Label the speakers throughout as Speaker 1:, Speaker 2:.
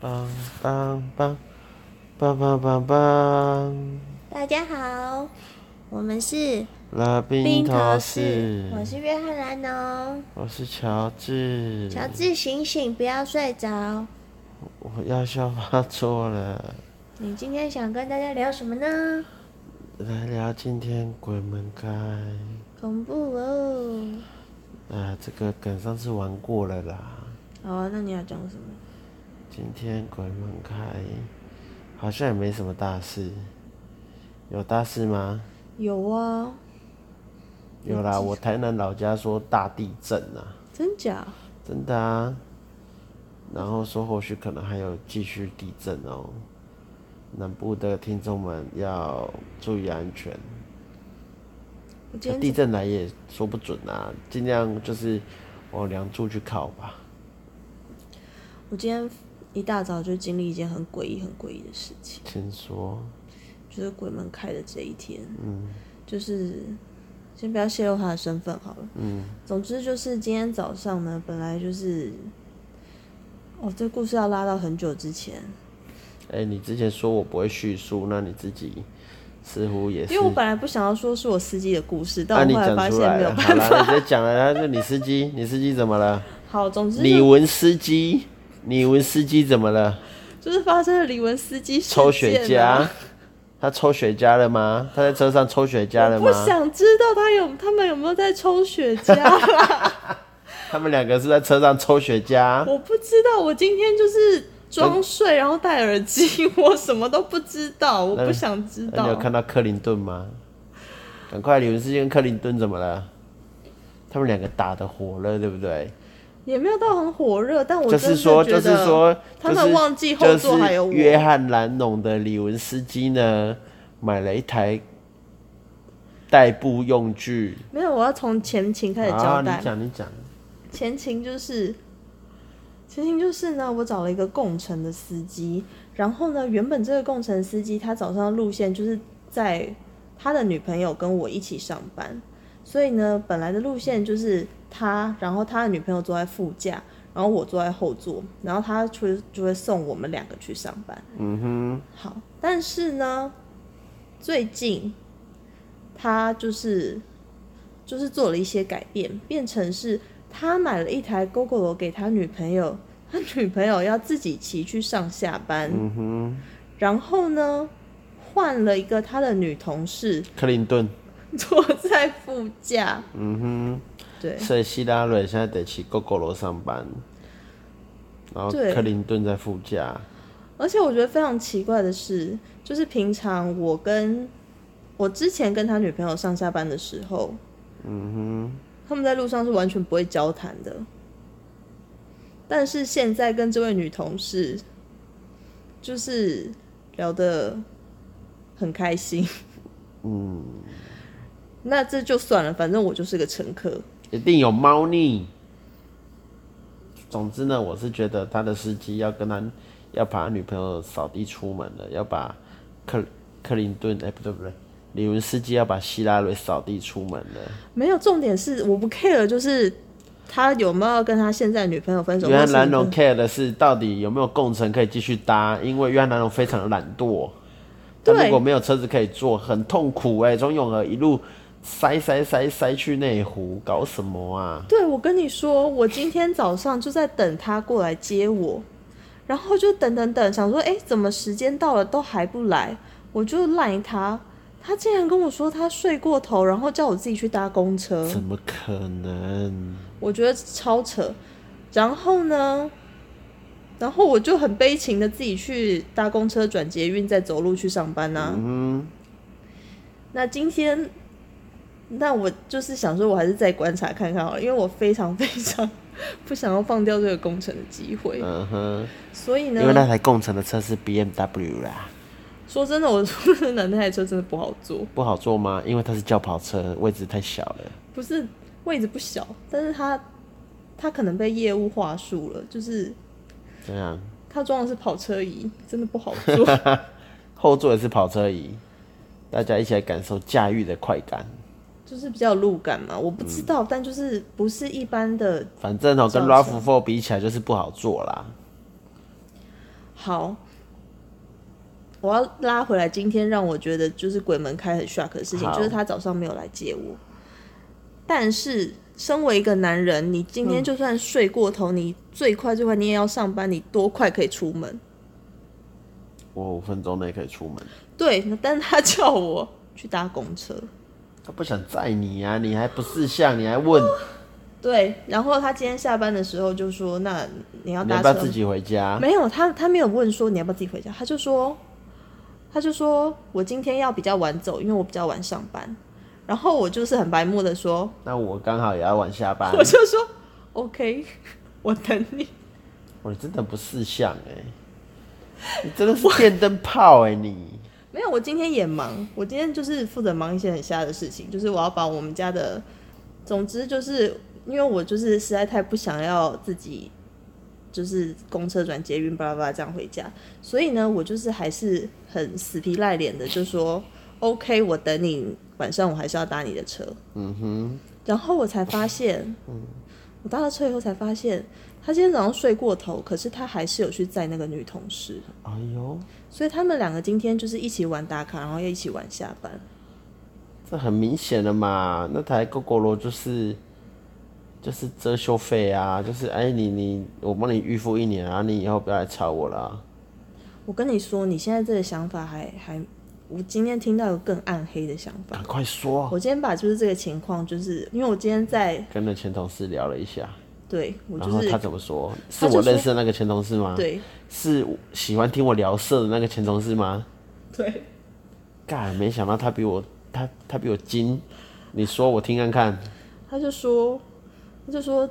Speaker 1: 梆梆梆梆梆梆梆，
Speaker 2: 大家好，我们是
Speaker 1: 拉冰头士，
Speaker 2: 我是约翰兰哦。
Speaker 1: 我是乔治，
Speaker 2: 乔治，醒醒，不要睡着。
Speaker 1: 我要笑发作了，
Speaker 2: 你今天想跟大家聊什么呢？
Speaker 1: 来聊今天鬼门开，
Speaker 2: 恐怖哦。
Speaker 1: 啊，这个梗上次玩过了啦，
Speaker 2: 哦，那你要讲什么？
Speaker 1: 今天鬼门开，好像也没什么大事，有大事吗？
Speaker 2: 有啊，
Speaker 1: 有啦，我台南老家说大地震啊。
Speaker 2: 真假？
Speaker 1: 真的啊。然后说后续可能还有继续地震哦，南部的听众们要注意安全。
Speaker 2: 我今
Speaker 1: 地
Speaker 2: 天
Speaker 1: 震来也说不准啊，尽量就是往梁柱去靠吧。
Speaker 2: 我今天一大早就经历一件很诡异、很诡异的事情，
Speaker 1: 先说，
Speaker 2: 就是鬼门开的这一天。嗯，就是先不要泄露他的身份好了。
Speaker 1: 嗯，
Speaker 2: 总之就是今天早上呢，本来就是，哦，这故事要拉到很久之前，
Speaker 1: 哎、你之前说我不会叙述，那你自己似乎也是
Speaker 2: 因为我本来不想要说是我司机的故事，但
Speaker 1: 啊，你
Speaker 2: 我后来
Speaker 1: 讲
Speaker 2: 发
Speaker 1: 出
Speaker 2: 现
Speaker 1: 来
Speaker 2: 没有
Speaker 1: 了，好
Speaker 2: 办
Speaker 1: 啦，
Speaker 2: 法。
Speaker 1: 你直接讲了，那你司机，你司机怎么 了？
Speaker 2: 好，总之
Speaker 1: 李
Speaker 2: 就
Speaker 1: 文司机，李文司机怎么了？
Speaker 2: 就是发生了李文司机事
Speaker 1: 抽雪
Speaker 2: 件啊
Speaker 1: 茄，他抽雪茄了吗？他在车上抽雪茄了
Speaker 2: 我不
Speaker 1: 吗？
Speaker 2: 想知道他有他们有没有在抽雪茄啊啦，
Speaker 1: 他们两个是在车上抽雪 茄，啊
Speaker 2: 我不知道。我今天就是装睡，然后戴耳机，我什么都不知道，我不想知
Speaker 1: 呃那你有
Speaker 2: 道。
Speaker 1: 看到克林顿吗？赶快，李文斯基跟克林顿怎么了？他们两个打得火热，对不对？
Speaker 2: 也没有到很火热，但我
Speaker 1: 就
Speaker 2: 真
Speaker 1: 是
Speaker 2: 的
Speaker 1: 说，
Speaker 2: 觉
Speaker 1: 就
Speaker 2: 得
Speaker 1: 是说，
Speaker 2: 他
Speaker 1: 就
Speaker 2: 们
Speaker 1: 是
Speaker 2: 忘记后座还有我。
Speaker 1: 就是约翰·兰农的李文斯基呢，买了一台代步用具。
Speaker 2: 没有，我要从前情开始
Speaker 1: 好，
Speaker 2: 交
Speaker 1: 你
Speaker 2: 代。
Speaker 1: 讲，你讲。
Speaker 2: 前情就是，前情就是呢，我找了一个共乘的司机，然后呢，原本这个共乘司机他早上的路线就是在他的女朋友跟我一起上班，所以呢，本来的路线就是他，然后他的女朋友坐在副驾，然后我坐在后座，然后他就就会送我们两个去上班。
Speaker 1: 嗯哼，
Speaker 2: 好，但是呢，最近他就是就是做了一些改变，变成是他买了一台 GoGo 给他女朋友，他女朋友要自己骑去上下班，
Speaker 1: 嗯哼，
Speaker 2: 然后呢，换了一个他的女同事
Speaker 1: 克林顿。
Speaker 2: 坐在副驾，
Speaker 1: 嗯哼。
Speaker 2: 对，
Speaker 1: 所以希拉蕊现在得骑 GoGo 楼上班，然后
Speaker 2: 对
Speaker 1: 克林顿在副驾，
Speaker 2: 而且我觉得非常奇怪的是，就是平常我跟我之前跟他女朋友上下班的时候，嗯哼，他们在路上是完全不会交谈的。但是现在跟这位女同事，就是聊得很开心。
Speaker 1: 嗯，
Speaker 2: 那这就算了，反正我就是个乘客。
Speaker 1: 一定有猫腻。总之呢，我是觉得他的司机要跟他要把他女朋友扫地出门了，要把克克林顿哎、不对不对，李文司机要把希拉蕊扫地出门了。
Speaker 2: 没有重点是，我不 care，就是他有没有要跟他现在女朋友分手。
Speaker 1: 原来
Speaker 2: 或是
Speaker 1: 兰农 care 的是到底有没有共乘可以继续搭，因为约翰兰农非常的懒惰，他
Speaker 2: 对
Speaker 1: 如果没有车子可以坐，很痛苦哎、从永和一路塞塞塞塞去内湖，搞什么啊？
Speaker 2: 对，我跟你说，我今天早上就在等他过来接我，然后就等等等，想说，哎，怎么时间到了都还不来？我就赖他，他竟然跟我说他睡过头，然后叫我自己去搭公车，
Speaker 1: 怎么可能？
Speaker 2: 我觉得超扯。然后呢，然后我就很悲情的自己去搭公车转捷运，再走路去上班呐、啊
Speaker 1: 嗯
Speaker 2: 那今天，那我就是想说，我还是再观察看看好了，因为我非常非常 不想要放掉这个工程的机会。
Speaker 1: 哼，嗯哼，
Speaker 2: 所以
Speaker 1: 因为那
Speaker 2: 呢，
Speaker 1: 台共乘的车是 BMW 啦，
Speaker 2: 说真的，我 说真的，那台车真的不好坐，
Speaker 1: 不好坐吗？因为它是轿跑车，位置太小了。
Speaker 2: 不是位置不小，但是它它可能被业务话术了，就是
Speaker 1: 这样，
Speaker 2: 它装的是跑车椅，真的不好坐。
Speaker 1: 后座也是跑车椅，大家一起来感受驾驭的快感。
Speaker 2: 就是比较有路感嘛，我不知道，但就是不是一般的
Speaker 1: 反正哦、跟
Speaker 2: 轿
Speaker 1: RAV4 比起来就是不好坐啦。
Speaker 2: 好，我要拉回来，今天让我觉得就是鬼门开很 shock 的事情，
Speaker 1: 好
Speaker 2: 就是他早上没有来接我。但是，身为一个男人，你今天就算睡过头，你最快最快你也要上班，你多快可以出门？
Speaker 1: 我五分钟内可以出门。
Speaker 2: 对，但他叫我去搭公车。
Speaker 1: 他不想载你啊，你还不识相，你还问，
Speaker 2: 哦对，然后他今天下班的时候就说：“那你要
Speaker 1: 你要
Speaker 2: 搭
Speaker 1: 不要
Speaker 2: 车
Speaker 1: 自
Speaker 2: 吗
Speaker 1: 己回家？
Speaker 2: 没有，他他没有问说你要不要自己回家，他就说，他就说我今天要比较晚走，因为我比较晚上班。然后我就是很白目的说，
Speaker 1: 那我刚好也要晚下班
Speaker 2: 我。就说 OK，我等你。
Speaker 1: 我真的不识相哎，你真的是电灯泡哎、你。
Speaker 2: 没有，我今天也忙，我今天就是负责忙一些很瞎的事情，就是我要把我们家的，总之就是因为我就是实在太不想要自己，就是公车转捷运巴拉巴拉这样回家，所以呢，我就是还是很死皮赖脸的就说 OK，我等你，晚上我还是要搭你的车，
Speaker 1: 嗯哼，嗯
Speaker 2: 然后我才发现，我搭了车以后才发现，他今天早上睡过头，可是他还是有去载那个女同事。
Speaker 1: 哎呦，
Speaker 2: 所以他们两个今天就是一起玩打卡，然后又一起玩下班。
Speaker 1: 这很明显的嘛，那台 g o g o 罗就是就是遮羞费啊，就是哎、你你我帮你预付一年啊，你以后不要来吵我了啊。
Speaker 2: 我跟你说，你现在这个想法还还，我今天听到有更暗黑的想法
Speaker 1: 赶。快说，
Speaker 2: 我今天把就是这个情况，就是因为我今天在
Speaker 1: 跟那前同事聊了一下，
Speaker 2: 对我
Speaker 1: 然
Speaker 2: 就
Speaker 1: 后
Speaker 2: 是
Speaker 1: 他嗯怎么说？是
Speaker 2: 他就
Speaker 1: 我认
Speaker 2: 说
Speaker 1: 识的那个前同事吗？，
Speaker 2: 对
Speaker 1: 是喜欢听我聊色的那个前同事吗？
Speaker 2: 对，
Speaker 1: 干，没想到他比我他他比我精。你说我听看看，
Speaker 2: 他就说他就说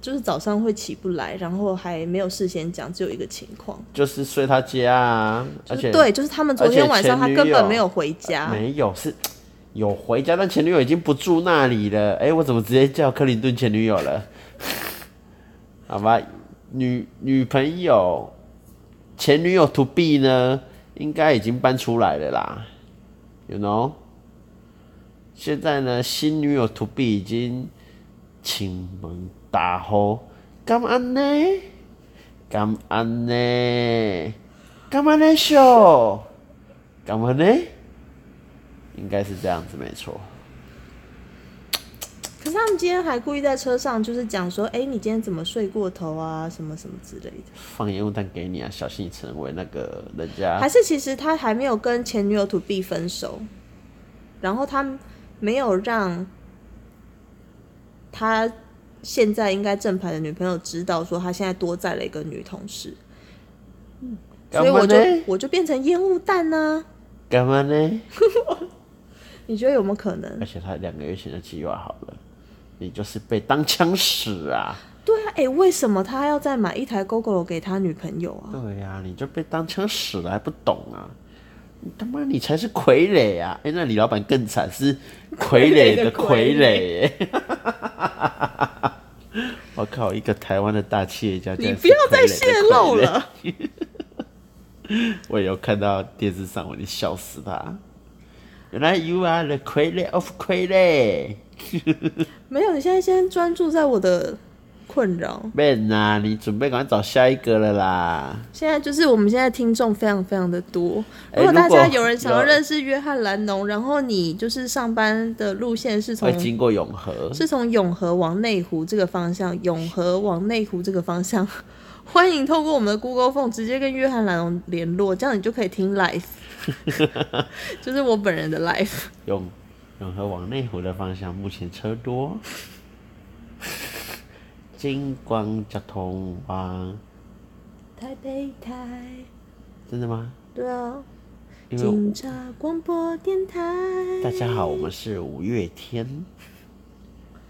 Speaker 2: 就是早上会起不来，然后还没有事先讲，只有一个情况，
Speaker 1: 就是睡他家啊，而
Speaker 2: 就
Speaker 1: 且
Speaker 2: 是对，就是他们昨
Speaker 1: 而且
Speaker 2: 天晚上他
Speaker 1: 前女
Speaker 2: 根本
Speaker 1: 友
Speaker 2: 没有回家，
Speaker 1: 没有是有回家，但前女友已经不住那里了。哎、我怎么直接叫克林顿前女友了？ 好吧，女女朋友前女友 to be 呢，应该已经搬出来了啦，you know。现在呢，新女友 to be 已经请门打吼，干嘛呢？干嘛呢？干嘛呢？秀？干嘛呢？应该是这样子，没错。
Speaker 2: 可是他们今天还故意在车上就是讲说，哎、你今天怎么睡过头啊，什么什么之类的。
Speaker 1: 放烟雾弹给你啊，小心你成为那个人家
Speaker 2: 还是其实他还没有跟前女友 To B 分手，然后他没有让他现在应该正牌的女朋友知道说他现在多载了一个女同事，所
Speaker 1: 干
Speaker 2: 以
Speaker 1: 嘛
Speaker 2: 我就
Speaker 1: 呢？
Speaker 2: 我就变成烟雾弹呢、
Speaker 1: 干嘛呢？
Speaker 2: 你觉得有没有可能
Speaker 1: 而？且他两个月前就计划好了，你就是被当枪使啊！
Speaker 2: 对啊，哎、为什么他要再买一台 GoGo 给他女朋友啊？
Speaker 1: 对呀、你就被当枪使了，还不懂啊？你他妈你才是傀儡啊！哎、那李老板更惨，是傀儡的傀儡 耶、我靠，一个台湾的大企业家，
Speaker 2: 你不要再泄露。了。
Speaker 1: 我有看到电视上，我就笑死他。原来 you are the 傀儡 of 傀儡
Speaker 2: 没有，你现在先专注在我的困扰。
Speaker 1: ，man 啊，你准备赶快找下一个了啦。
Speaker 2: 现在就是我们现在听众非常非常的多。
Speaker 1: 哎
Speaker 2: 如果大
Speaker 1: 如果
Speaker 2: 家有人想要
Speaker 1: 有
Speaker 2: 认识约翰兰农，然后你就是上班的路线是从
Speaker 1: 会经过永和，
Speaker 2: 是从永和往内湖这个方向，永和往内湖这个方向， 欢迎透过我们的 Google Phone 直接跟约翰兰农联络，这样你就可以听 live，就是我本人的 live。
Speaker 1: 永永和往内湖的方向，目前车多。 金光交通网，
Speaker 2: 台北台，
Speaker 1: 真的吗？
Speaker 2: 对啊，
Speaker 1: 因为我
Speaker 2: 警察广播电台。
Speaker 1: 大家好，我们是五月天。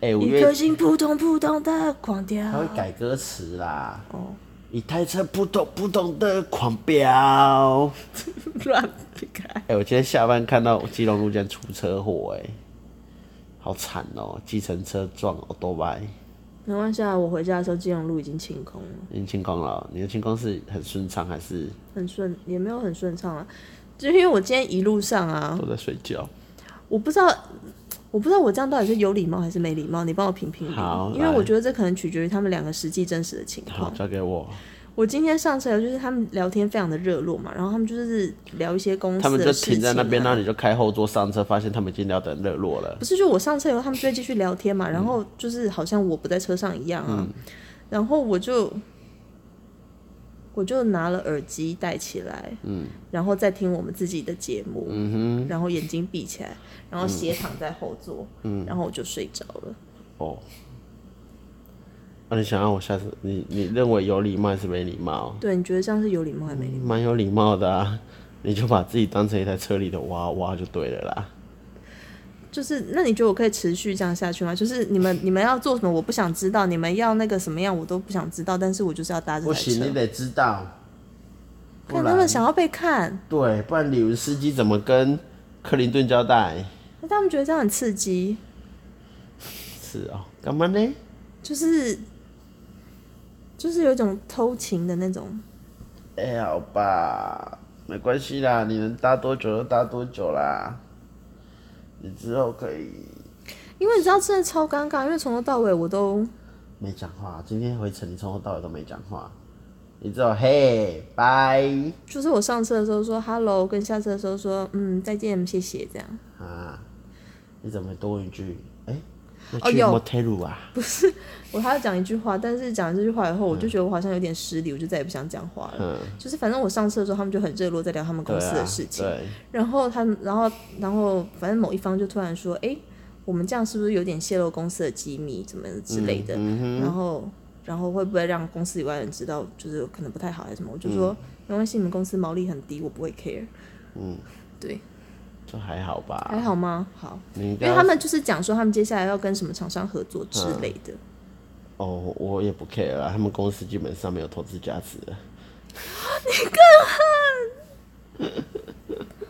Speaker 1: 哎、五
Speaker 2: 一
Speaker 1: 月
Speaker 2: 颗心扑通扑通的狂跳。
Speaker 1: 他会改歌词啦。
Speaker 2: 哦
Speaker 1: 一台车扑通扑通的狂飙。
Speaker 2: 乱改。
Speaker 1: 哎、我今天下班看到基隆路竟然出车祸，哎，好惨哦、计程车撞欧多拜，
Speaker 2: 没关系啊，我回家的时候金融路已经清空了，
Speaker 1: 你清空了？你的清空是很顺畅还是
Speaker 2: 很顺，也没有很顺畅啊。就因为我今天一路上啊，
Speaker 1: 都在睡觉？
Speaker 2: 我不知道，我不知道我这样到底是有礼貌还是没礼貌，你帮我评评理
Speaker 1: 好。
Speaker 2: 因为
Speaker 1: 来
Speaker 2: 我觉得这可能取决于他们两个实际真实的情
Speaker 1: 好，
Speaker 2: 况。
Speaker 1: 交给我。
Speaker 2: 我今天上车就是他们聊天非常的热络嘛，然后他们就是聊一些公司
Speaker 1: 他们就
Speaker 2: 的事情啊、
Speaker 1: 停在那边，然后你就开后座上车，发现他们已经聊得很热络了。
Speaker 2: 不是，就我上车以后，他们就会继续聊天嘛，然后就是好像我不在车上一样啊，然后我就我就拿了耳机戴起来，嗯，然后再听我们自己的节目，嗯哼，然后眼睛闭起来，然后斜躺在后座，嗯，然后我就睡着了。
Speaker 1: 哦，那、你想让我下次你你认为有礼貌还是没礼貌？
Speaker 2: 对，你觉得这样是有礼貌还没礼貌？
Speaker 1: 蛮有礼貌的啊，你就把自己当成一台车里的娃娃就对了啦。
Speaker 2: 嗯就是，那你觉得我可以持续这样下去吗？就是你们你们要做什么，我不想知道；你们要那个什么样，我都不想知道。但是我就是要搭这
Speaker 1: 不
Speaker 2: 台
Speaker 1: 行，
Speaker 2: 车
Speaker 1: 你，得知道，不
Speaker 2: 看他们
Speaker 1: 然
Speaker 2: 想要被看，
Speaker 1: 对，不然李文斯基怎么跟克林顿交代？
Speaker 2: 那他们觉得这样很刺激。
Speaker 1: 是哦，干嘛呢？
Speaker 2: 就是就是有一种偷情的那种，
Speaker 1: 哎、好吧，没关系啦，你能搭多久就搭多久啦。你之后可以
Speaker 2: 因为你知道真的超尴尬，因为从头到尾我都
Speaker 1: 没讲话，今天回程你从头到尾都没讲话，你只有嘿拜
Speaker 2: 就是我上车的时候说 hello，跟下车的时候说嗯再见谢谢这样，
Speaker 1: 啊，你怎么没多问一句？哎、
Speaker 2: 哦
Speaker 1: 要去
Speaker 2: 有
Speaker 1: 摩天路啊？
Speaker 2: 我还要讲一句话，但是讲完这句话以后，我就觉得我好像有点失礼，我就再也不想讲话了。
Speaker 1: 嗯，
Speaker 2: 就是反正我上车的时候，他们就很热络在聊他们公司的事情，
Speaker 1: 对啊对
Speaker 2: 然后他们然后然后反正某一方就突然说，哎、我们这样是不是有点泄露公司的机密，怎么之类的？然后然后会不会让公司以外的人知道，就是可能不太好还是什么？我就说、没关系，你们公司毛利很低，我不会 care。嗯，对，
Speaker 1: 这还好吧？
Speaker 2: 还好吗？好，
Speaker 1: 你应
Speaker 2: 哎因
Speaker 1: 该
Speaker 2: 为他们就是讲说他们接下来要跟什么厂商合作之类的。
Speaker 1: 哦，我也不 care 啦，他们公司基本上没有投资价值了。你更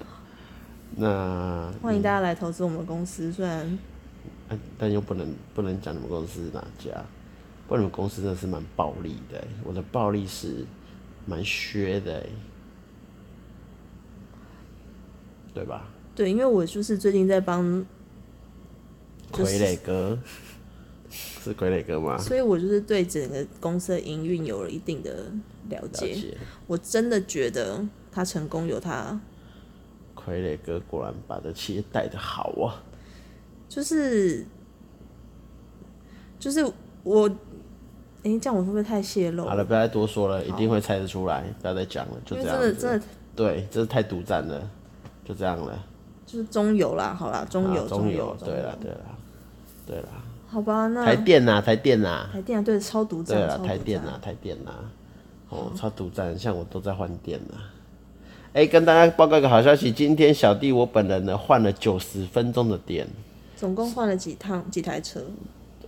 Speaker 1: 狠！
Speaker 2: 欢迎大家来投资我们公司，虽然
Speaker 1: 那啊但又不能不能讲你们公司哪家，不然你们公司真的是蛮暴力的欸、我的暴力是蛮削的、欸，对吧？
Speaker 2: 对，因为我就是最近在帮，就
Speaker 1: 傀
Speaker 2: 是
Speaker 1: 儡哥是傀儡哥吗？
Speaker 2: 所以我就是对整个公司的营运有了一定的了
Speaker 1: 了
Speaker 2: 解。
Speaker 1: 解，
Speaker 2: 我真的觉得他成功有他，
Speaker 1: 傀儡哥果然把这企业带的好啊。
Speaker 2: 就是就是我，哎、这样我会不会太泄露？
Speaker 1: 好了，不要再多说了，一定会猜得出来，不要再讲了，就
Speaker 2: 因为
Speaker 1: 这样
Speaker 2: 真的
Speaker 1: 子。
Speaker 2: 真的
Speaker 1: 对，这是太独占了，就这样了。
Speaker 2: 就是中游啦，好啦，中游、
Speaker 1: 啊中
Speaker 2: 游，中
Speaker 1: 对了，对
Speaker 2: 游
Speaker 1: 了，对了，
Speaker 2: 好吧，那
Speaker 1: 台电呐，台电呐，
Speaker 2: 台电啊对，超独
Speaker 1: 对
Speaker 2: 占，
Speaker 1: 了，
Speaker 2: 超独
Speaker 1: 台电啊
Speaker 2: 占
Speaker 1: 呐，台电呐，哦，超独占，像我都在换电呐。哎、跟大家报告一个好消息，今天小弟我本人呢换了九十分钟的电，
Speaker 2: 总共换了几趟几台车？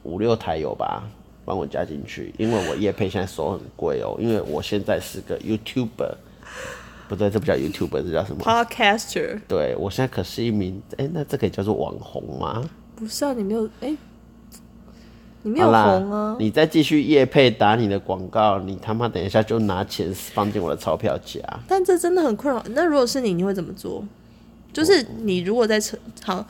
Speaker 1: 五六台有吧，帮我加进去，因为我业配现在收很贵哦，因为我现在是个 YouTuber，不对，这不叫 YouTuber，这叫什么？
Speaker 2: Podcaster
Speaker 1: 对我现在可是一名，哎、那这可以叫做网红吗？
Speaker 2: 不是啊，你没有哎、你没有
Speaker 1: 好啦，
Speaker 2: 红啊，
Speaker 1: 你再继续夜配打你的广告，你他妈等一下就拿钱放进我的钞票夹。
Speaker 2: 但这真的很困扰。那如果是你，你会怎么做？就是你如果在车好，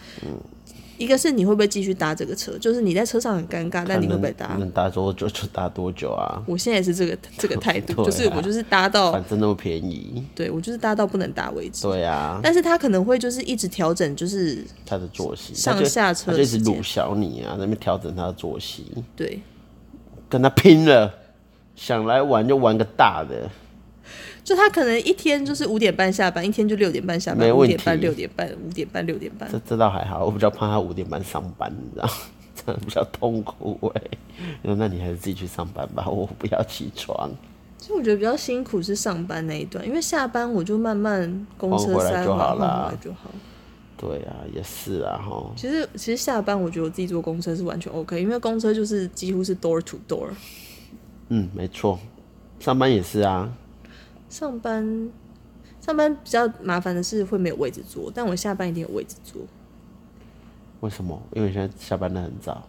Speaker 2: 一个是你会不会继续搭这个车？就是你在车上很尴尬，但你会不会
Speaker 1: 看
Speaker 2: 搭
Speaker 1: 能？能搭多久就搭多久啊，
Speaker 2: 我现在也是这个 这个态
Speaker 1: 对
Speaker 2: 度，
Speaker 1: 啊
Speaker 2: 就是我就是搭到，
Speaker 1: 反正那么便宜。
Speaker 2: 对我就是搭到不能搭为止。
Speaker 1: 对啊，
Speaker 2: 但是他可能会就是一直调整，就是
Speaker 1: 他的作息，
Speaker 2: 上
Speaker 1: 他就
Speaker 2: 下车
Speaker 1: 他就一直
Speaker 2: 时间
Speaker 1: 鲁小你啊，在那边调整他的作息，
Speaker 2: 对，
Speaker 1: 跟他拼了，想来玩就玩个大的。
Speaker 2: 就他可能一天就是五点半下班，一天就六点半下班，
Speaker 1: 没
Speaker 2: 五
Speaker 1: 问题
Speaker 2: 点半六点半，五点半六点半
Speaker 1: 这，这倒还好，我比较怕他五点半上班，你知道， 这样比较痛苦哎、那你还是自己去上班吧，我不要起床，
Speaker 2: 所以我觉得比较辛苦是上班那一段，因为下班我就慢慢公
Speaker 1: 换
Speaker 2: 车
Speaker 1: 回来
Speaker 2: 塞
Speaker 1: 就好
Speaker 2: 完
Speaker 1: 啦
Speaker 2: 换回来就好。
Speaker 1: 对啊，也是啊哈。
Speaker 2: 其实其实下班我觉得我自己坐公车是完全 OK，因为公车就是几乎是 door to door。
Speaker 1: 嗯，没错，上班也是啊。
Speaker 2: 上班上班比较麻烦的是会没有位置坐，但我下班一定有位置坐。
Speaker 1: 为什么？因为现在下班的很早。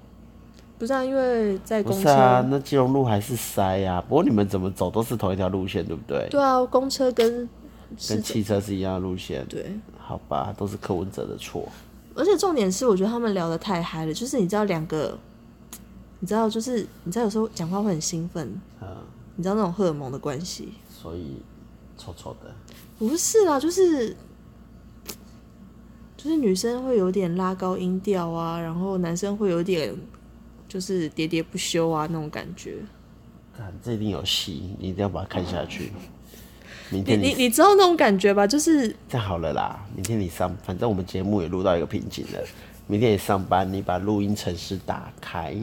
Speaker 2: 不是啊，因为在
Speaker 1: 不
Speaker 2: 公
Speaker 1: 是
Speaker 2: 车，
Speaker 1: 啊，那基隆路还是塞啊。不过你们怎么走都是同一条路线，对不对？
Speaker 2: 对啊，公车跟是
Speaker 1: 跟汽车是一样的路线。
Speaker 2: 对，
Speaker 1: 好吧，都是柯文哲的错。
Speaker 2: 而且重点是我觉得他们聊得太嗨了，就是你知道两个，你知道就是你知道有时候讲话会很兴奋，
Speaker 1: 嗯，
Speaker 2: 你知道那种荷尔蒙的关系？
Speaker 1: 所以臭臭的。
Speaker 2: 不是啦，就是就是女生会有点拉高音调啊，然后男生会有点就是喋喋不休啊那种感觉。
Speaker 1: 看，这一定有戏，你一定要把它看下去。明
Speaker 2: 你
Speaker 1: 天
Speaker 2: 你
Speaker 1: 你
Speaker 2: 你知道那种感觉吧？就是
Speaker 1: 这样好了啦，明天你上，反正我们节目也录到一个瓶颈了。明天你上班，你把录音程式打开，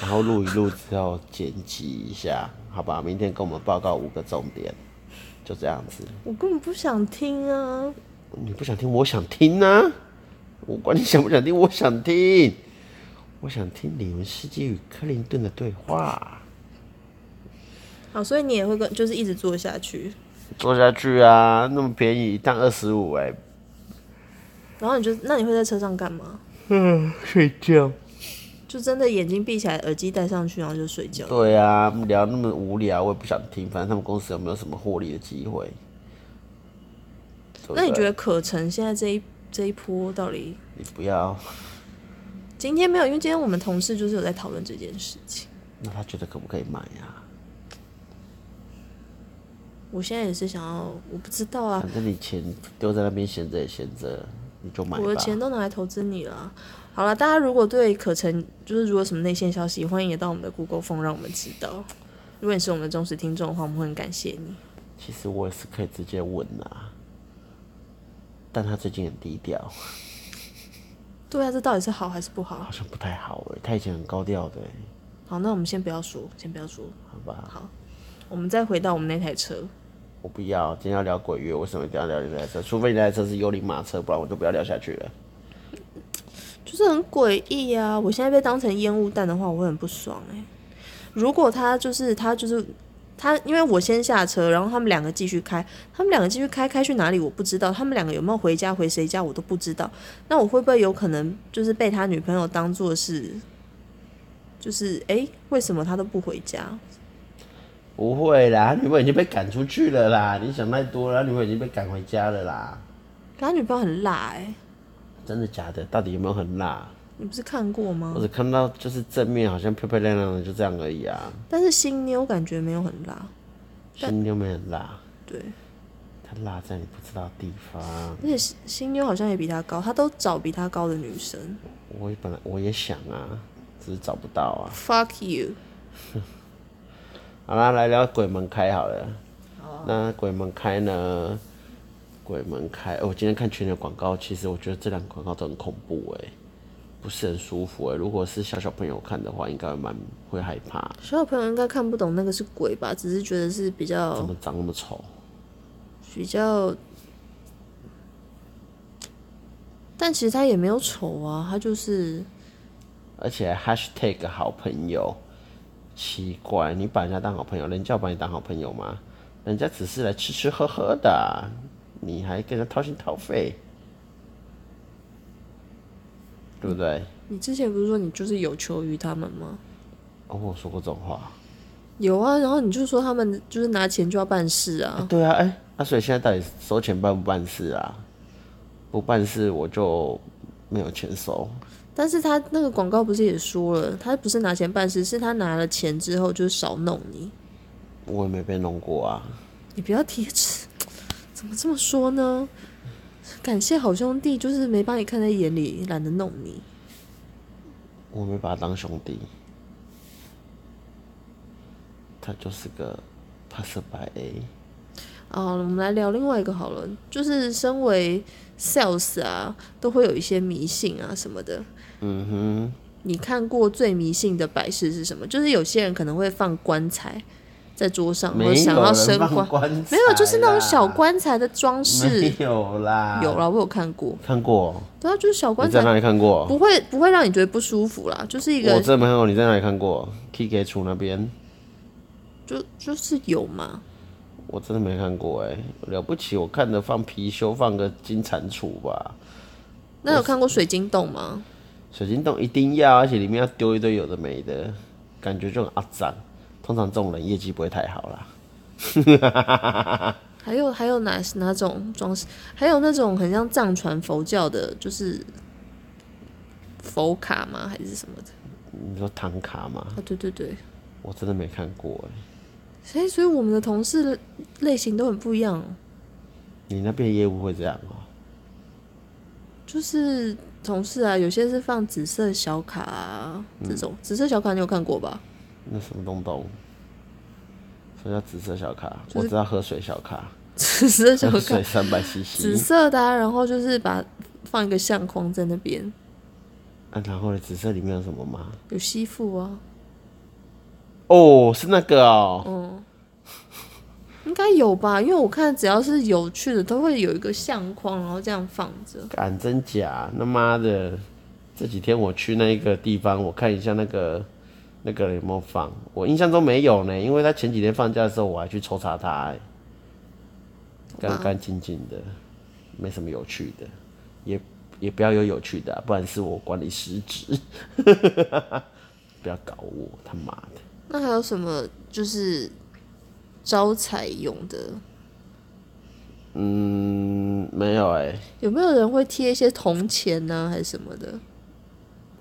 Speaker 1: 然后录一录之后剪辑一下，好吧？明天跟我们报告五个重点，就这样子。
Speaker 2: 我根本不想听啊。
Speaker 1: 你不想听，我想听啊！我管你想不想听，我想听，我想听李文斯基与克林顿的对话。
Speaker 2: 好，所以你也会跟就是一直做下去，
Speaker 1: 做下去啊，那么便宜，一趟二十五哎，
Speaker 2: 然后你就那你会在车上干嘛？
Speaker 1: 嗯睡觉。
Speaker 2: 就真的眼睛闭起来，耳机戴上去，然后就睡觉。
Speaker 1: 对啊，聊那么无聊，我也不想听。反正他们公司有没有什么获利的机会？对不
Speaker 2: 那你
Speaker 1: 对
Speaker 2: 觉得可成现在这一这一波到底？
Speaker 1: 你不要？
Speaker 2: 今天没有，因为今天我们同事就是有在讨论这件事情。
Speaker 1: 那他觉得可不可以买啊？
Speaker 2: 我现在也是想要，我不知道啊，
Speaker 1: 反正你钱丢在那边闲着也闲着，你就买吧。
Speaker 2: 我的钱都拿来投资你了。好了，大家如果对可成就是如果有什么内线消息，欢迎也到我们的 Google 风让我们知道。如果你是我们的忠实听众的话，我们会很感谢你。
Speaker 1: 其实我也是可以直接问啊，但他最近很低调，
Speaker 2: 对啊，这到底是好还是不好
Speaker 1: 好？像不太好哎、他以前很高调的欸、
Speaker 2: 好，那我们先不要说，先不要说，
Speaker 1: 好吧？
Speaker 2: 好，我们再回到我们那台车。
Speaker 1: 我不要，今天要聊鬼月，为什么一定要聊这台车？除非你那台车是幽灵马车，不然我就不要聊下去了。
Speaker 2: 就是很诡异啊！我现在被当成烟雾弹的话，我会很不爽哎、如果他就是他就是他，因为我先下车，然后他们两个继续开，他们两个继续开，开去哪里我不知道，他们两个有没有回家回谁家我都不知道。那我会不会有可能就是被他女朋友当做是，就是诶，为什么他都不回家？
Speaker 1: 不会啦，他女朋友已经被赶出去了啦，你想太多了，他女朋友已经被赶回家了啦。
Speaker 2: 可他女朋友很辣哎、
Speaker 1: 真的假的？到底有没有很辣？
Speaker 2: 你不是看过吗
Speaker 1: 我？只看到就是正面好像漂漂亮亮的，就这样而已啊。
Speaker 2: 但是新妞感觉没有很辣，
Speaker 1: 新妞没很辣，
Speaker 2: 对，
Speaker 1: 她辣在你不知道的地方。
Speaker 2: 而且新新妞好像也比他高，他都找比他高的女生。
Speaker 1: 我也本来我也想啊，只是找不到啊。
Speaker 2: Fuck you！
Speaker 1: 好啦，来聊鬼门开好了。那鬼门开呢？鬼门开，哦我今天看群里的广告，其实我觉得这两个广告都很恐怖哎、不是很舒服哎、如果是小小朋友看的话，应该会蛮会害怕。
Speaker 2: 小朋友应该看不懂那个是鬼吧，只是觉得是比
Speaker 1: 怎
Speaker 2: 较
Speaker 1: 么长那么丑？
Speaker 2: 比较，但其实他也没有丑啊，他就是
Speaker 1: 而且 hashtag 好朋友，奇怪，你把人家当好朋友，人家有把你当好朋友吗？人家只是来吃吃喝喝的啊，你还跟人家掏心掏肺，对不对？
Speaker 2: 你之前不是说你就是有求于他们吗？
Speaker 1: 哦，我有说过这种话。
Speaker 2: 有啊，然后你就说他们就是拿钱就要办事啊，
Speaker 1: 对啊，哎、那、所以现在到底收钱办不办事啊？不办事我就没有钱收。
Speaker 2: 但是他那个广告不是也说了，他不是拿钱办事，是他拿了钱之后就少弄你，
Speaker 1: 我也没被弄过啊，
Speaker 2: 你不要贴纸，怎么这么说呢？感谢好兄弟，就是没把你看在眼里，懒得弄你。
Speaker 1: 我没把他当兄弟，他就是个 pass by A。
Speaker 2: 哦，我们来聊另外一个好了，就是身为 sales 啊，都会有一些迷信啊什么的。
Speaker 1: 嗯哼，
Speaker 2: 你看过最迷信的摆饰是什么？就是有些人可能会放棺材在桌上，
Speaker 1: 没
Speaker 2: 我想要
Speaker 1: 有
Speaker 2: 升
Speaker 1: 人
Speaker 2: 官
Speaker 1: 放，棺材，啊
Speaker 2: 没有，就是那种小，棺材的装饰
Speaker 1: 没。有啦，
Speaker 2: 有啊啦，我有看过，
Speaker 1: 看过，
Speaker 2: 对啊，就是小
Speaker 1: 你
Speaker 2: 棺
Speaker 1: 在
Speaker 2: 材
Speaker 1: 哪里看过？
Speaker 2: 不会不会让你觉得不舒服啦，就是一
Speaker 1: 我
Speaker 2: 个
Speaker 1: 这没有，你在哪里看过？K K 处那边。
Speaker 2: 就就是有嘛，
Speaker 1: 我真的没看过哎、了不起！我看的放貔貅，放个金蟾蜍吧。
Speaker 2: 那有看过水晶洞吗？
Speaker 1: 水晶洞一定要，而且里面要丢一堆有的没的，感觉就很阿脏。通常这种人业绩不会太好啦。
Speaker 2: 还有还有哪哪种装饰？还有那种很像藏传佛教的，就是佛卡吗？还是什么的？
Speaker 1: 你说唐卡吗？
Speaker 2: 哦，对对对，
Speaker 1: 我真的没看过哎、
Speaker 2: 所以所以我们的同事类型都很不一样，
Speaker 1: 你那边业务会这样哦、
Speaker 2: 就是同事啊，有些是放紫色小卡啊这种，紫色小卡你有看过吧？
Speaker 1: 那什么东东？什么叫紫色小卡？我知道喝水小卡，
Speaker 2: 紫色小
Speaker 1: 喝
Speaker 2: 卡
Speaker 1: 水，三百
Speaker 2: 紫
Speaker 1: CC。
Speaker 2: 色的、啊，然后就是把放一个相框在那边，
Speaker 1: 啊，然后呢？紫色里面有什么吗？
Speaker 2: 有吸附啊，
Speaker 1: 哦，是那个哦、
Speaker 2: 应该有吧？因为我看只要是有趣的，都会有一个相框，然后这样放着。
Speaker 1: 敢真假？他妈的！这几天我去那个地方，我看一下那个那个人有没有放，我印象中没有呢，因为他前几天放假的时候我还去抽查他、欸，干干净净的，没什么有趣的，也也不要有有趣的啊、不然是我管理失职， 不要搞我，他妈的！
Speaker 2: 那还有什么就是招财用的？
Speaker 1: 嗯，没有哎、
Speaker 2: 有没有人会贴一些铜钱呢、还是什么的？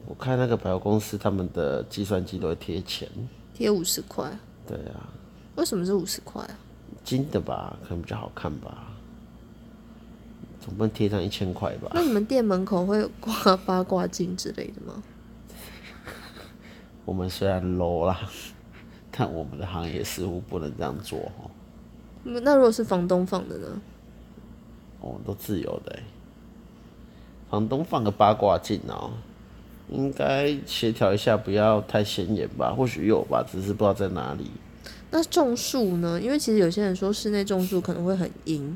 Speaker 1: 我看那个百货公司他们的计算机都会贴钱，
Speaker 2: 贴五十块？
Speaker 1: 对啊，
Speaker 2: 为什么是五十块啊？
Speaker 1: 金的吧，可能比较好看吧，总不能贴上一千块吧？
Speaker 2: 那你们店门口会有挂八卦镜之类的吗？
Speaker 1: 我们虽然 low 啦， 但我们的行业似乎不能这样做哦，
Speaker 2: 嗯那如果是房东放的呢？
Speaker 1: 我们都自由的欸、房东放个八卦镜哦、应该协调一下，不要太显眼吧？或许有吧，只是不知道在哪里。
Speaker 2: 那种树呢？因为其实有些人说室内种树可能会很阴，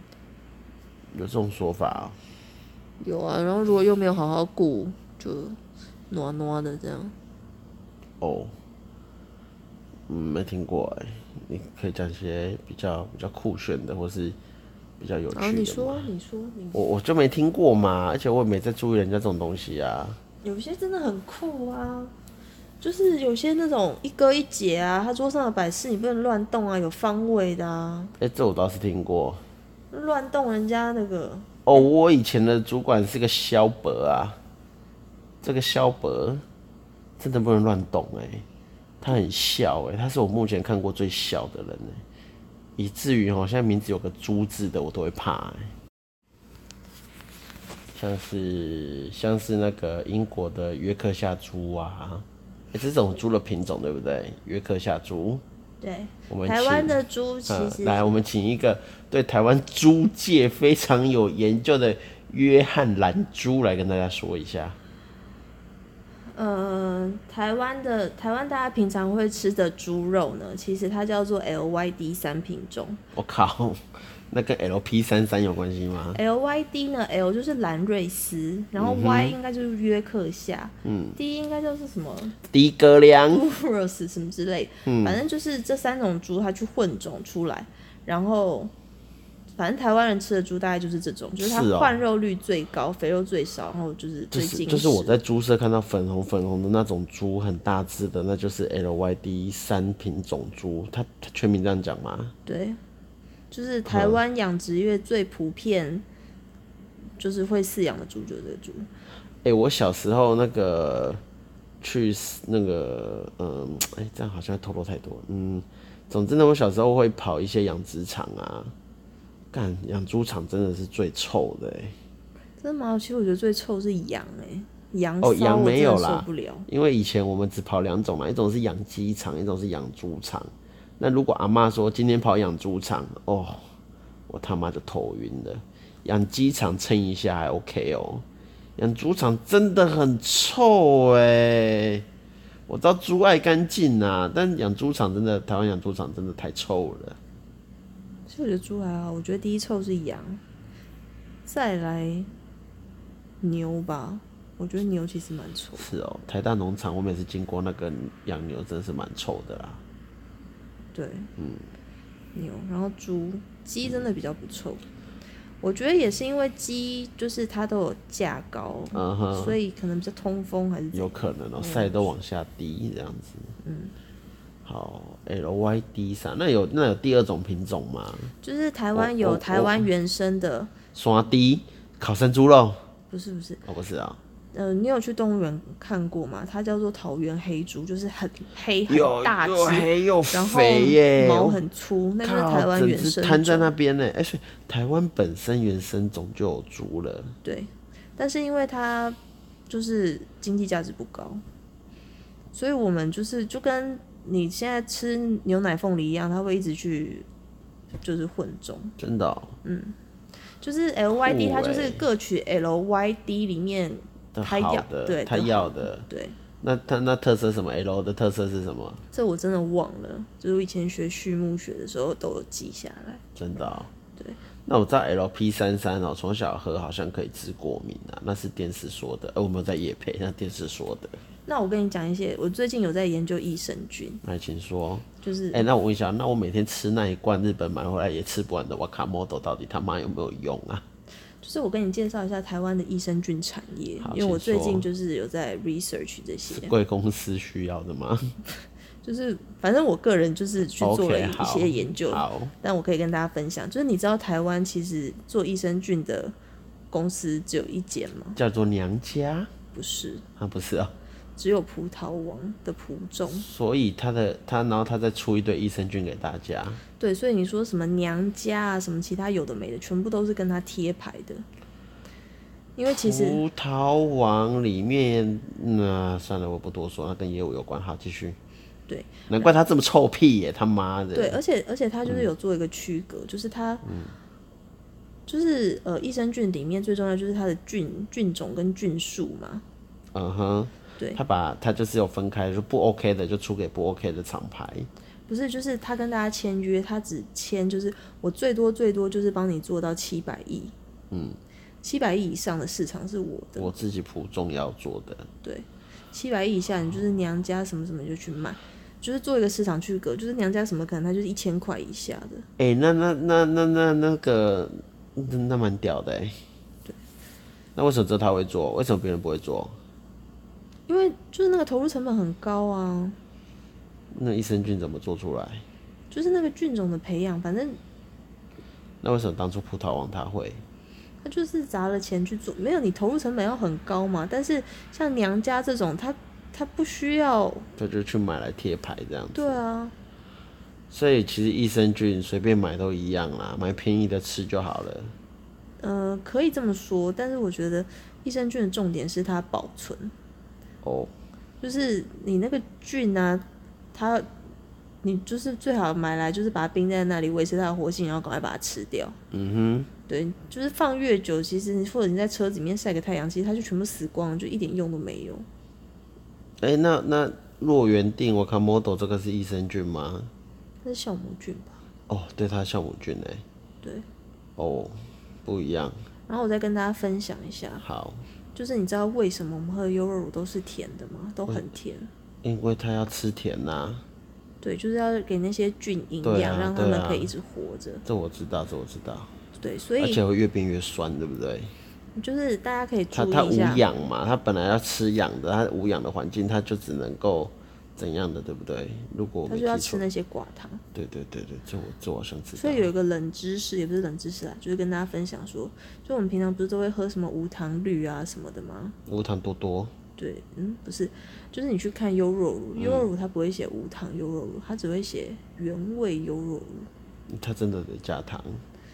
Speaker 1: 有这种说法哦、
Speaker 2: 有啊。然后如果又没有好好顾，就暖暖的这样。
Speaker 1: 哦，嗯，没听过哎、你可以讲一些比较比较酷炫的，或是比较有趣的
Speaker 2: 然后
Speaker 1: 吗。
Speaker 2: 哦你说，你说，你
Speaker 1: 我我就没听过嘛，而且我也没在注意人家这种东西啊。
Speaker 2: 有些真的很酷啊，就是有些那种一哥一姐啊，他桌上的摆饰你不能乱动啊，有方位的啊，
Speaker 1: 哎、这我倒是听过。
Speaker 2: 乱动人家那个
Speaker 1: 哦，我以前的主管是个萧伯啊，这个萧伯真的不能乱动哎、他很笑哎、他是我目前看过最笑的人哎、以至于好像名字有个猪字的我都会怕哎、像是像是那个英国的约克夏猪啊，哎、这种猪的品种对不对？约克夏猪，
Speaker 2: 对
Speaker 1: 我们
Speaker 2: 台
Speaker 1: 请
Speaker 2: 湾的猪其
Speaker 1: 呃
Speaker 2: 实
Speaker 1: 来，我们请一个对台湾猪界非常有研究的约翰兰猪来跟大家说一下。
Speaker 2: 呃，台湾的台湾大家平常会吃的猪肉呢，其实它叫做 LYD 三品种。
Speaker 1: 我靠， 那跟 LP 三三有关系吗？
Speaker 2: LYD 呢，L 就是兰瑞斯，然
Speaker 1: 嗯
Speaker 2: 后 Y 应该就是约克夏，嗯，D 应该叫是什么
Speaker 1: 的哥良
Speaker 2: Burros 什么之类，
Speaker 1: 嗯
Speaker 2: 反正就是这三种猪它去混种出来，然后反正台湾人吃的猪大概就是这种，就是它
Speaker 1: 是哦
Speaker 2: 换肉率最高，肥肉最少，然后就是
Speaker 1: 就
Speaker 2: 最
Speaker 1: 是
Speaker 2: 精
Speaker 1: 就是我
Speaker 2: 实
Speaker 1: 在猪舍看到粉红粉红的那种猪，很大只的，那就是 LYD 三品种猪，它它全名这样讲吗？
Speaker 2: 对，就是台湾养殖业最普遍，就是会饲养的猪就是这个猪。
Speaker 1: 哎、我小时候那个去 s- 那个，嗯，哎、这样好像透露太多。嗯，总之呢，我小时候会跑一些养殖场啊，干养猪场真的是最臭的、欸，
Speaker 2: 真的吗？其实我觉得最臭是羊哎、羊
Speaker 1: 哦
Speaker 2: 骚
Speaker 1: 羊
Speaker 2: 我
Speaker 1: 没
Speaker 2: 真的
Speaker 1: 有
Speaker 2: 受
Speaker 1: 啦
Speaker 2: 不了。
Speaker 1: 因为以前我们只跑两种嘛，一种是养鸡场，一种是养猪场。那如果阿妈说今天跑养猪场，哦，我他妈就头晕了。养鸡场撑一下还 OK 哦，养猪场真的很臭哎、我知道猪爱干净啊，但养猪场真的，台湾养猪场真的太臭了。
Speaker 2: 其实我觉得猪还好，我觉得第一臭是羊，再来牛吧。我觉得牛其实蛮臭，
Speaker 1: 是哦，台大农场我每次经过那个养牛真的是蛮臭的啦。
Speaker 2: 对，嗯，牛，然后猪、鸡真的比较不臭。我觉得也是因为鸡就是它都有架高，
Speaker 1: 嗯哼
Speaker 2: 所以可能比较通风还是怎么样
Speaker 1: 有可能哦、赛都往下滴这样子。嗯，好，LYD 三，那有那有第二种品种吗？
Speaker 2: 就是台湾
Speaker 1: 我
Speaker 2: 有
Speaker 1: 我
Speaker 2: 台湾原生的，
Speaker 1: 刷滴烤山猪肉？
Speaker 2: 不是不是，
Speaker 1: 哦，不是啊、
Speaker 2: 呃，你有去动物园看过吗？它叫做桃园黑猪，就是很黑很
Speaker 1: 有
Speaker 2: 大只，
Speaker 1: 又黑又
Speaker 2: 然后
Speaker 1: 肥耶，
Speaker 2: 毛
Speaker 1: 我
Speaker 2: 很粗，那就是
Speaker 1: 靠
Speaker 2: 台湾
Speaker 1: 整
Speaker 2: 原
Speaker 1: 只
Speaker 2: 生
Speaker 1: 摊在
Speaker 2: 种
Speaker 1: 那边呢。哎、所以台湾本身原生种就有猪了，
Speaker 2: 对，但是因为它就是经济价值不高，所以我们就是就跟你现在吃牛奶凤梨一样，它会一直去就是混种，
Speaker 1: 真的、哦。
Speaker 2: 就是 LYD 它就是
Speaker 1: 欸
Speaker 2: 各取 LYD 里面
Speaker 1: 的
Speaker 2: 它
Speaker 1: 好
Speaker 2: 要
Speaker 1: 的，
Speaker 2: 对
Speaker 1: 他
Speaker 2: 的
Speaker 1: 要
Speaker 2: 好
Speaker 1: 的。
Speaker 2: 对，
Speaker 1: 那他那特色是什么？L 的特色是什么？
Speaker 2: 这我真的忘了，就是我以前学畜牧学的时候都有记下来。
Speaker 1: 真的、哦。
Speaker 2: 对。
Speaker 1: 那我知道 LP 三三哦，从小喝好像可以治过敏啊，那是电视说的。呃，我没有在夜配，那电视说的。
Speaker 2: 那我跟你讲一些，我最近有在研究益生菌，
Speaker 1: 那请说。
Speaker 2: 就是
Speaker 1: 哎、那我问一下，那我每天吃那一罐日本买回来也吃不完的瓦卡莫豆，到底他妈有没有用啊？
Speaker 2: 就是我跟你介绍一下台湾的益生菌产业
Speaker 1: 好，
Speaker 2: 因为我
Speaker 1: 请
Speaker 2: 最
Speaker 1: 说
Speaker 2: 近就是有在 research 这些，
Speaker 1: 贵公司需要的吗
Speaker 2: 就是反正我个人就是去做了
Speaker 1: OK，
Speaker 2: 一
Speaker 1: 好
Speaker 2: 些研究
Speaker 1: 好，
Speaker 2: 但我可以跟大家分享，就是你知道台湾其实做益生菌的公司只有一间吗？
Speaker 1: 叫做娘家
Speaker 2: 不是，
Speaker 1: 啊，不是哦。
Speaker 2: 只有葡萄王的葡种。
Speaker 1: 所以他的他，然后他再出一堆益生菌给大家，
Speaker 2: 对，所以你说什么娘家啊，什么其他有的没的，全部都是跟他贴牌的。因为其实
Speaker 1: 葡萄王里面，那、算了，我不多说，那跟业务有关。好，继续。
Speaker 2: 对，
Speaker 1: 难怪他这么臭屁耶，他妈的。
Speaker 2: 对，嗯而且而且它就是有做一个区隔，就是它，就是呃，益生菌里面最重要就是它的菌菌种跟菌数嘛。
Speaker 1: 嗯哼。
Speaker 2: 对
Speaker 1: 他把他就是有分开，就不 OK 的就出给不 OK 的厂牌。
Speaker 2: 不是，就是他跟大家签约，他只签就是我最多最多就是帮你做到七百亿，嗯，七百亿以上的市场是我的，
Speaker 1: 我自己普众要做的，
Speaker 2: 对，七百亿以下你就是娘家什么什么就去卖，就是做一个市场区隔，就是娘家什么可能它就是一千块以下的，
Speaker 1: 哎、那那那那那那个，那那蛮屌的哎。对。那为什么只有他会做？为什么别人不会做？
Speaker 2: 因为就是那个投入成本很高啊，
Speaker 1: 那益生菌怎么做出来？
Speaker 2: 就是那个菌种的培养，反正
Speaker 1: 那为什么当初葡萄王他会？
Speaker 2: 他就是砸了钱去做，没有你投入成本要很高嘛。但是像娘家这种，他他不需要，
Speaker 1: 他就去买来贴牌这样子。
Speaker 2: 对啊，
Speaker 1: 所以其实益生菌随便买都一样啦，买便宜的吃就好了。
Speaker 2: 呃，可以这么说。但是我觉得益生菌的啊重点是它保存，
Speaker 1: 哦，
Speaker 2: 就是你那个菌啊，它你就是最好买来就是把它冰在那里，维持它的活性，然后赶快把它吃掉。
Speaker 1: 嗯
Speaker 2: 对，就是放越久，其实你或者你在车子里面晒个太阳，其实它就全部死光了，就一点用都没有。
Speaker 1: 哼，哎、那那若原定我看 model 这个是益生菌吗？
Speaker 2: 那是酵母菌吧？
Speaker 1: 哦，对，它酵母菌哎、
Speaker 2: 对。
Speaker 1: 哦，不一样。
Speaker 2: 然后我再跟大家分享一下，
Speaker 1: 好，
Speaker 2: 就是你知道为什么我们喝的优酪乳都是甜的吗？都
Speaker 1: 嗯
Speaker 2: 很甜。
Speaker 1: 因为它要吃甜呐、
Speaker 2: 对，就是要给那些菌营
Speaker 1: 对
Speaker 2: 养，
Speaker 1: 啊
Speaker 2: 让它
Speaker 1: 对
Speaker 2: 们
Speaker 1: 啊
Speaker 2: 可以一直活着。
Speaker 1: 这我知道，这我知道，
Speaker 2: 对，所
Speaker 1: 而
Speaker 2: 以
Speaker 1: 且会越变越酸，对不对？
Speaker 2: 就是大家可以注
Speaker 1: 它它
Speaker 2: 意
Speaker 1: 无
Speaker 2: 一下，
Speaker 1: 氧嘛，它本来要吃氧的，它无氧的环境，它就只能够怎样的，对不对？如果我
Speaker 2: 它
Speaker 1: 没
Speaker 2: 就要
Speaker 1: 记
Speaker 2: 吃
Speaker 1: 错，
Speaker 2: 那些寡糖。
Speaker 1: 对对对对，这我这我好像知道
Speaker 2: 所以。有一个冷知识，也不是冷知识啦，就是跟大家分享说，就我们平常不是都会喝什么无糖绿啊什么的吗？
Speaker 1: 无糖多多，
Speaker 2: 对，嗯，不是，就是你去看优酪乳，
Speaker 1: 嗯
Speaker 2: 优酪乳它不会写无糖优酪乳，它只会写原味优酪乳，
Speaker 1: 它真的得加糖。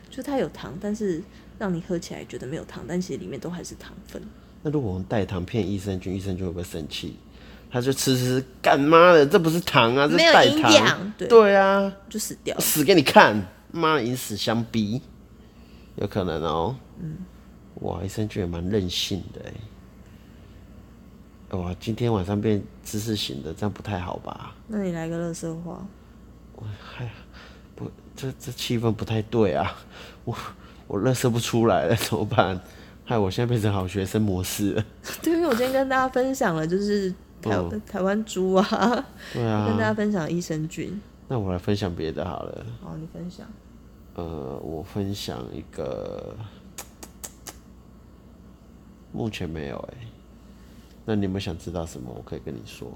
Speaker 2: 就是它有糖，但是让你喝起来觉得没有糖，但其实里面都还是糖分。
Speaker 1: 那如果我们代糖骗益生菌，益生菌会不会生气？他就吃吃，干妈的，这不是糖啊，这
Speaker 2: 没有
Speaker 1: 是代
Speaker 2: 营
Speaker 1: 糖
Speaker 2: 养。对
Speaker 1: 啊，
Speaker 2: 就死掉了。
Speaker 1: 死给你看，妈的，以死相逼，有可能哦、嗯，哇，益生菌也蛮任性的哎、哇，今天晚上变知识型的，这样不太好吧？
Speaker 2: 那你来个乐色话，
Speaker 1: 不，这这气氛不太对啊， 我我乐色不出来了，怎么办？ 害我现在变成好学生模式了。
Speaker 2: 对，因为我今天跟大家分享了，就是台、台湾猪啊，
Speaker 1: 哦 对
Speaker 2: 跟大
Speaker 1: 啊，
Speaker 2: 家分享益生菌。
Speaker 1: 那我来分享别的好了。
Speaker 2: 好，你分享。
Speaker 1: 呃，我分享一个，目前没有哎、那你们想知道什么？我可以跟你说。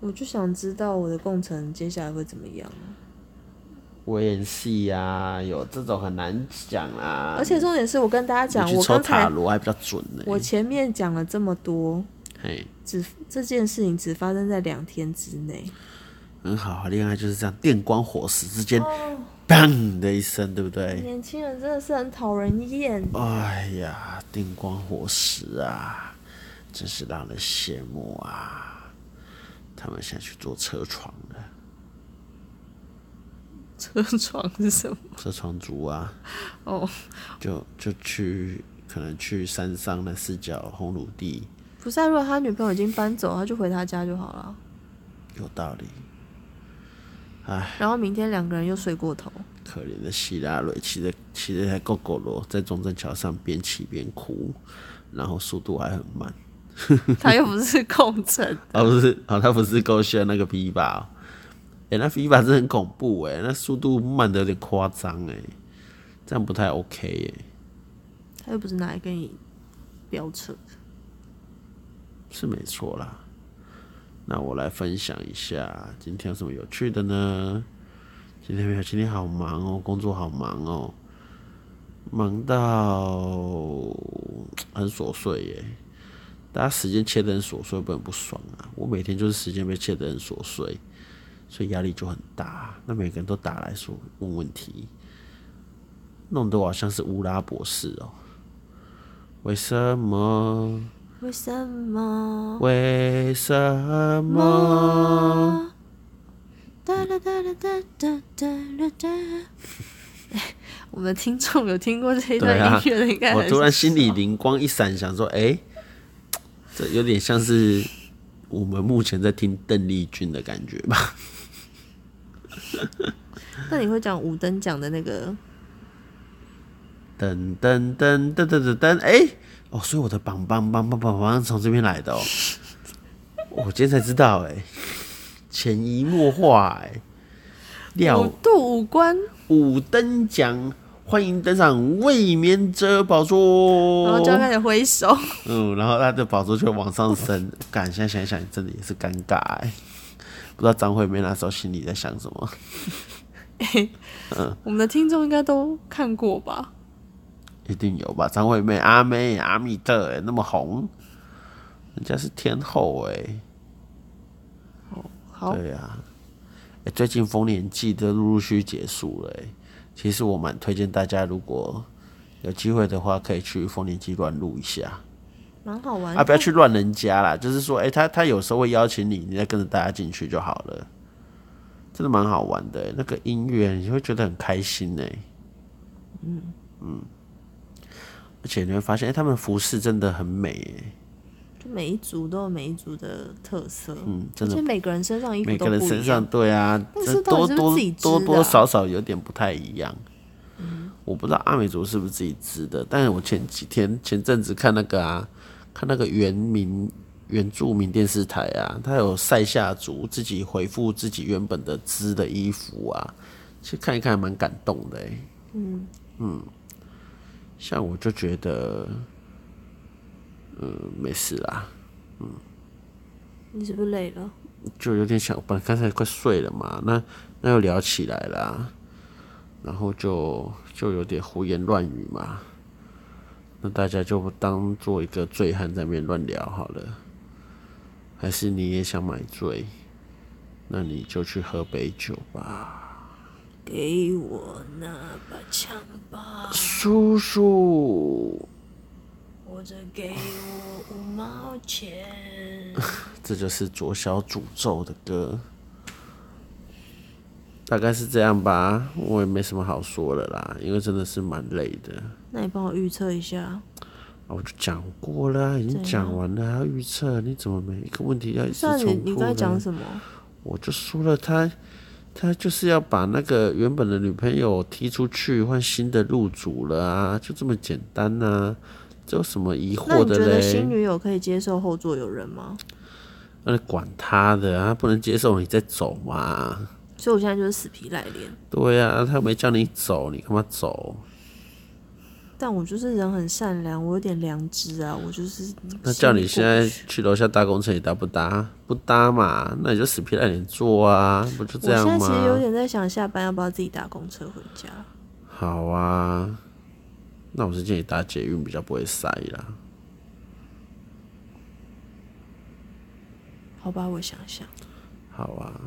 Speaker 2: 我就想知道我的工程接下来会怎么样啊。
Speaker 1: 危言系呀，啊有这种很难讲啊。
Speaker 2: 而且重点是我跟大家讲，
Speaker 1: 你去
Speaker 2: 我
Speaker 1: 抽
Speaker 2: 刚
Speaker 1: 塔
Speaker 2: 才
Speaker 1: 罗还比较准呢、
Speaker 2: 我前面讲了这么多，
Speaker 1: 嘿，
Speaker 2: 只这件事情只发生在两天之内。
Speaker 1: 很好啊，恋爱就是这样，电光火石之间，
Speaker 2: 哦
Speaker 1: 砰的一声，对不对？
Speaker 2: 年轻人真的是很讨人厌。
Speaker 1: 哎呀，电光火石啊，真是让人羡慕啊！他们现在去做车床了，
Speaker 2: 车床是什么？
Speaker 1: 车床族啊，
Speaker 2: 哦，
Speaker 1: 就就去可能去山上的四角红土地，
Speaker 2: 不是、啊，如果他女朋友已经搬走，他就回他家就好了。
Speaker 1: 有道理。
Speaker 2: 然后明天两个人又睡 过头。
Speaker 1: 可怜的希拉蕊骑着骑着一台狗狗罗在中正桥上边骑边哭，然后速度还很慢。
Speaker 2: 他又不是共乘，
Speaker 1: 啊，不是，啊，他不是狗血那个 V 吧？哎、那 V 吧真的很恐怖哎、那速度慢的有点夸张哎，这样不太 OK 哎、
Speaker 2: 他又不是拿来跟你飙车。
Speaker 1: 是没错啦。那我来分享一下今天有什么有趣的呢？今天没有，今天好忙哦，工作好忙哦，忙到很琐碎耶。大家时间切得很琐碎，不很不爽啊。我每天就是时间被切得很琐碎，所以压力就很大。那每个人都打来说问问题，弄得我好像是乌拉博士哦。为什么？
Speaker 2: 为什么？
Speaker 1: 为什么？
Speaker 2: 哒哒哒哒哒哒哒哒。 我们的听众有听过这一段
Speaker 1: 对啊
Speaker 2: 音乐的，应该
Speaker 1: 我
Speaker 2: 很
Speaker 1: 突然心里
Speaker 2: 少
Speaker 1: 灵光一闪，想说，哎、这有点像是我们目前在听邓丽君的感觉吧？
Speaker 2: 那你会讲五等奖的那个？
Speaker 1: 噔噔噔噔噔噔噔，哎、哦，所以我的榜榜榜榜榜榜从这边来的哦。我今天才知道、哎，潜移默化、哎，
Speaker 2: 五
Speaker 1: 料
Speaker 2: 度五关，
Speaker 1: 五等奖，欢迎登上卫冕者宝座。
Speaker 2: 然后就要开始挥手。
Speaker 1: 嗯，然后他的宝座就往上升，感现在想一想，真的也是尴尬哎，不知道张惠妹那时候心里在想什么。
Speaker 2: 我们的听众应该都看过吧？
Speaker 1: 一定有吧？张惠妹、阿妹、阿密特、欸，那么红，人家是天后哎、
Speaker 2: 好，
Speaker 1: 对呀、欸最近丰年祭都陆陆续续结束了、欸，其实我蛮推荐大家，如果有机会的话，可以去丰年祭乱录一下
Speaker 2: 蛮好玩。
Speaker 1: 啊，不要去乱人家啦，就是说，哎、他他有时候会邀请你，你再跟着大家进去就好了，真的蛮好玩的、欸那个音乐你会觉得很开心呢、嗯嗯，而且你会发现，哎、他们的服饰真的很美、欸，
Speaker 2: 就每一组都有每一组的特色，
Speaker 1: 嗯，真
Speaker 2: 而
Speaker 1: 的
Speaker 2: 且每个人身上衣服
Speaker 1: 每
Speaker 2: 都
Speaker 1: 个
Speaker 2: 不
Speaker 1: 人
Speaker 2: 一
Speaker 1: 身
Speaker 2: 样。
Speaker 1: 上对啊，
Speaker 2: 那
Speaker 1: 这
Speaker 2: 是
Speaker 1: 多
Speaker 2: 到底是不
Speaker 1: 多
Speaker 2: 是自己织的啊嗯
Speaker 1: 多多少少有点不太一样。我不知道阿美族是不是自己织的，但是我前几天前阵子看那个啊，看那个原民原住民电视台啊，他有塞夏族自己回复自己原本的织的衣服啊，其实看一看还蛮感动的、欸、嗯像我就觉得，嗯，没事啦。
Speaker 2: 你是不是累了？
Speaker 1: 就有点想，本来刚才快睡了嘛，那那又聊起来啦、然后就就有点胡言乱语嘛，那大家就当做一个醉汉在那边乱聊好了，还是你也想买醉，那你就去喝杯酒吧。
Speaker 2: 给我那把枪吧，
Speaker 1: 叔叔，
Speaker 2: 或者给我五毛 钱。
Speaker 1: 这就是左小诅咒的歌，大概是这样吧，我也没什么好说的啦，因为真的是蛮累的。
Speaker 2: 那你帮我预测一下，
Speaker 1: 啊我就讲过了啊，已经讲完了，还要预测？你怎么每一个问题要一直
Speaker 2: 像你
Speaker 1: 重
Speaker 2: 你
Speaker 1: 复
Speaker 2: 刚才讲
Speaker 1: 呢？
Speaker 2: 什么？
Speaker 1: 我就说了他，他就是要把那个原本的女朋友踢出去，换新的入主了啊，就这么简单呐、啊，这有什么疑
Speaker 2: 那
Speaker 1: 惑
Speaker 2: 你
Speaker 1: 的
Speaker 2: 觉得新
Speaker 1: 嘞？
Speaker 2: 女友可以接受后座有人吗？
Speaker 1: 那你管他的啊，他不能接受你再走嘛？
Speaker 2: 所以我现在就是死皮赖脸。
Speaker 1: 对呀、啊，他没叫你走，你干嘛走？
Speaker 2: 但我就是人很善良，我有点良知啊，我就是。
Speaker 1: 那叫你
Speaker 2: 心
Speaker 1: 现在
Speaker 2: 里过不去
Speaker 1: 去楼下搭公车，你搭不搭？不搭嘛，那你就死皮赖脸坐啊，不就这
Speaker 2: 我现在
Speaker 1: 样
Speaker 2: 其实有
Speaker 1: 吗？
Speaker 2: 点在想，下班要不要自己搭公车回家？
Speaker 1: 好啊，那我是建议搭捷运比较不会塞啦。
Speaker 2: 好吧，我想想。
Speaker 1: 好啊，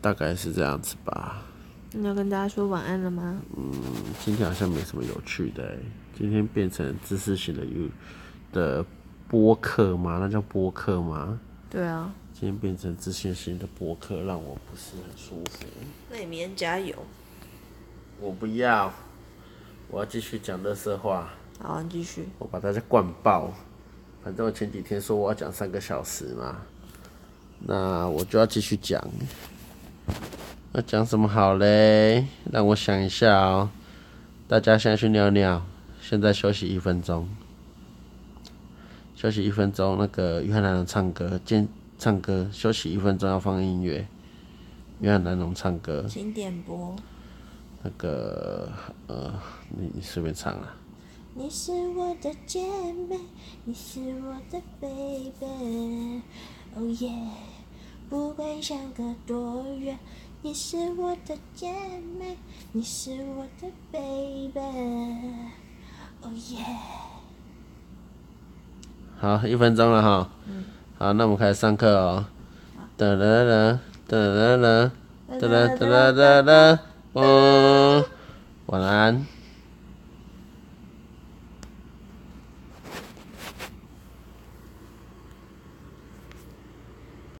Speaker 1: 大概是这样子吧。
Speaker 2: 你要跟大家说晚安了吗？
Speaker 1: 今天好像没什么有趣的、欸，今天变成知识型的 U 的播客吗？那叫播客吗？
Speaker 2: 对啊，
Speaker 1: 今天变成知识型的播客，让我不是很舒服。
Speaker 2: 那你明天加油。
Speaker 1: 我不要，我要继续讲乐色话。
Speaker 2: 好，你继续。
Speaker 1: 我把大家灌爆。反正我前几天说我要讲三个小时嘛，那我就要继续讲。那讲什么好嘞？让我想一下哦。大家现在去尿尿，现在休息一分钟，休息一分钟。那个约翰南龙唱歌，见唱歌，休息一分钟要放音乐。约翰南龙唱歌，
Speaker 2: 请点播。
Speaker 1: 那个呃，你你随便唱啊。
Speaker 3: 你是我的姐妹，你是我的 baby，哦耶！不管相隔多远，你是我的姐妹，你是我的 baby，哦耶！
Speaker 1: 好，一分钟了哈。好，那我们开始上课哦。哒啦啦，哒啦啦，哒啦哒啦哒啦，嗯，晚安。